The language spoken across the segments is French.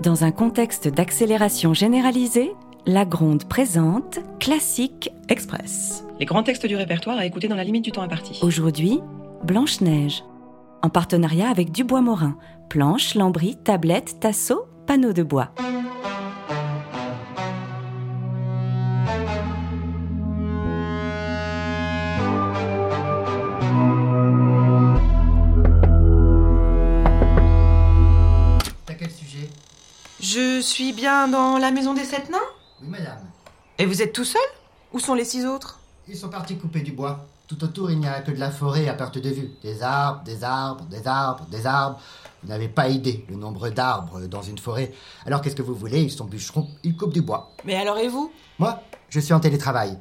Dans un contexte d'accélération généralisée, la Gronde présente Classique Express. Les grands textes du répertoire à écouter dans la limite du temps imparti. Oh. Aujourd'hui, Blanche-Neige. En partenariat avec Dubois Morin. Planche, lambris, tablette, tasseau, panneau de bois. À quel sujet Je suis bien dans la maison des sept nains Oui, madame. Et vous êtes tout seul Où sont les six autres Ils sont partis couper du bois. Tout autour, il n'y a que de la forêt à perte de vue. Des arbres, des arbres, des arbres, des arbres. Vous n'avez pas idée le nombre d'arbres dans une forêt. Alors qu'est-ce que vous voulez Ils sont bûcherons, ils coupent du bois. Mais alors et vous Moi, je suis en télétravail.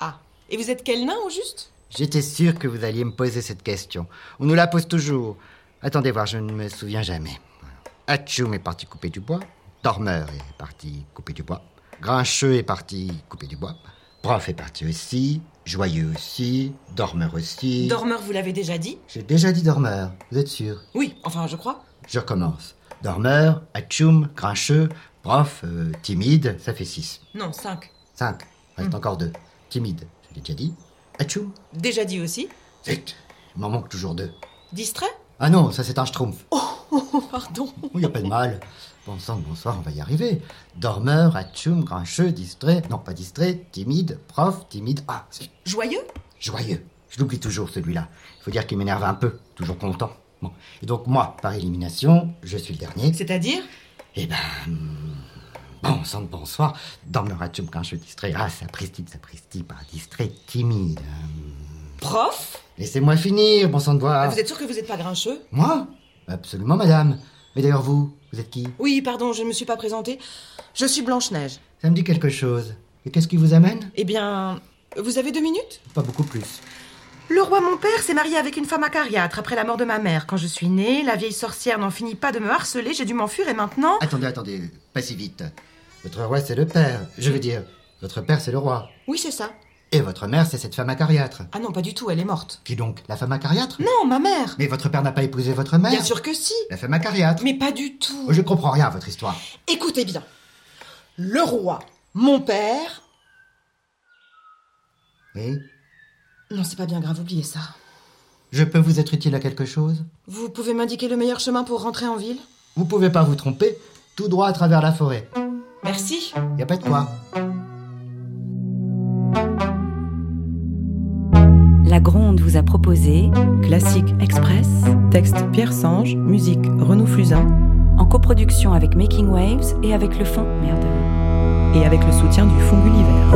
Ah. Et vous êtes quel nain au juste J'étais sûr que vous alliez me poser cette question. On nous la pose toujours. Attendez voir, je ne me souviens jamais. Atchoum est parti couper du bois. Dormeur est parti couper du bois. Grincheux est parti couper du bois. Prof est parti aussi. Joyeux aussi. Dormeur aussi. Dormeur, vous l'avez déjà dit J'ai déjà dit dormeur, vous êtes sûr Oui, enfin je crois. Je recommence. Dormeur, atchoum, grincheux, prof, euh, timide, ça fait 6. Non, cinq. 5. Reste encore 2. Timide, je l'ai déjà dit. Atchoum, Déjà dit aussi. zut, il m'en manque toujours deux. Distrait Ah non, ça c'est un schtroumpf. Oh, Oh, pardon. il n'y a pas de mal. Bon sang, bonsoir, on va y arriver. Dormeur, atchoum, grincheux, distrait, non pas distrait, timide, prof, timide, ah, zut, Joyeux joyeux. Je l'oublie toujours celui-là. Il faut dire qu'il m'énerve un peu, toujours content. Bon. Et donc moi, par élimination, je suis le dernier. C'est-à-dire Eh ben. hum, Bon sang de bonsoir. Dormeras-tu quand je distrais Ah, sapristi, sapristi, par distrait, timide. Hum, Prof Laissez-moi finir, bon sang de voir. Ah, Vous êtes sûr que vous n'êtes pas grincheux Moi Absolument, madame. Mais d'ailleurs, vous, vous êtes qui Oui, pardon, je ne me suis pas présentée. Je suis Blanche-Neige. Ça me dit quelque chose. Et qu'est-ce qui vous amène Eh bien, vous avez deux minutes Pas beaucoup plus. Le roi mon père s'est marié avec une femme acariâtre après la mort de ma mère. Quand je suis née, la vieille sorcière n'en finit pas de me harceler, j'ai dû m'enfuir et maintenant... Attendez, attendez, pas si vite. Votre roi, c'est le père. Je veux dire, votre père, c'est le roi. Oui, c'est ça. Et votre mère, c'est cette femme acariâtre. Ah non, pas du tout, elle est morte. Qui donc La femme acariâtre Non, ma mère Mais votre père n'a pas épousé votre mère Bien sûr que si La femme acariâtre Oh, Mais pas du tout Je comprends rien à votre histoire. Écoutez bien. Le roi, mon père... Oui Non, c'est pas bien grave, oubliez ça. Je peux vous être utile à quelque chose Vous pouvez m'indiquer le meilleur chemin pour rentrer en ville Vous pouvez pas vous tromper, tout droit à travers la forêt. Merci. Y a pas de quoi. La Gronde vous a proposé Classique Express Texte Pierre Sange, musique Renaud Flusin en coproduction avec Making Waves et avec le fond Merde. et avec le soutien du Fonds Gulliver.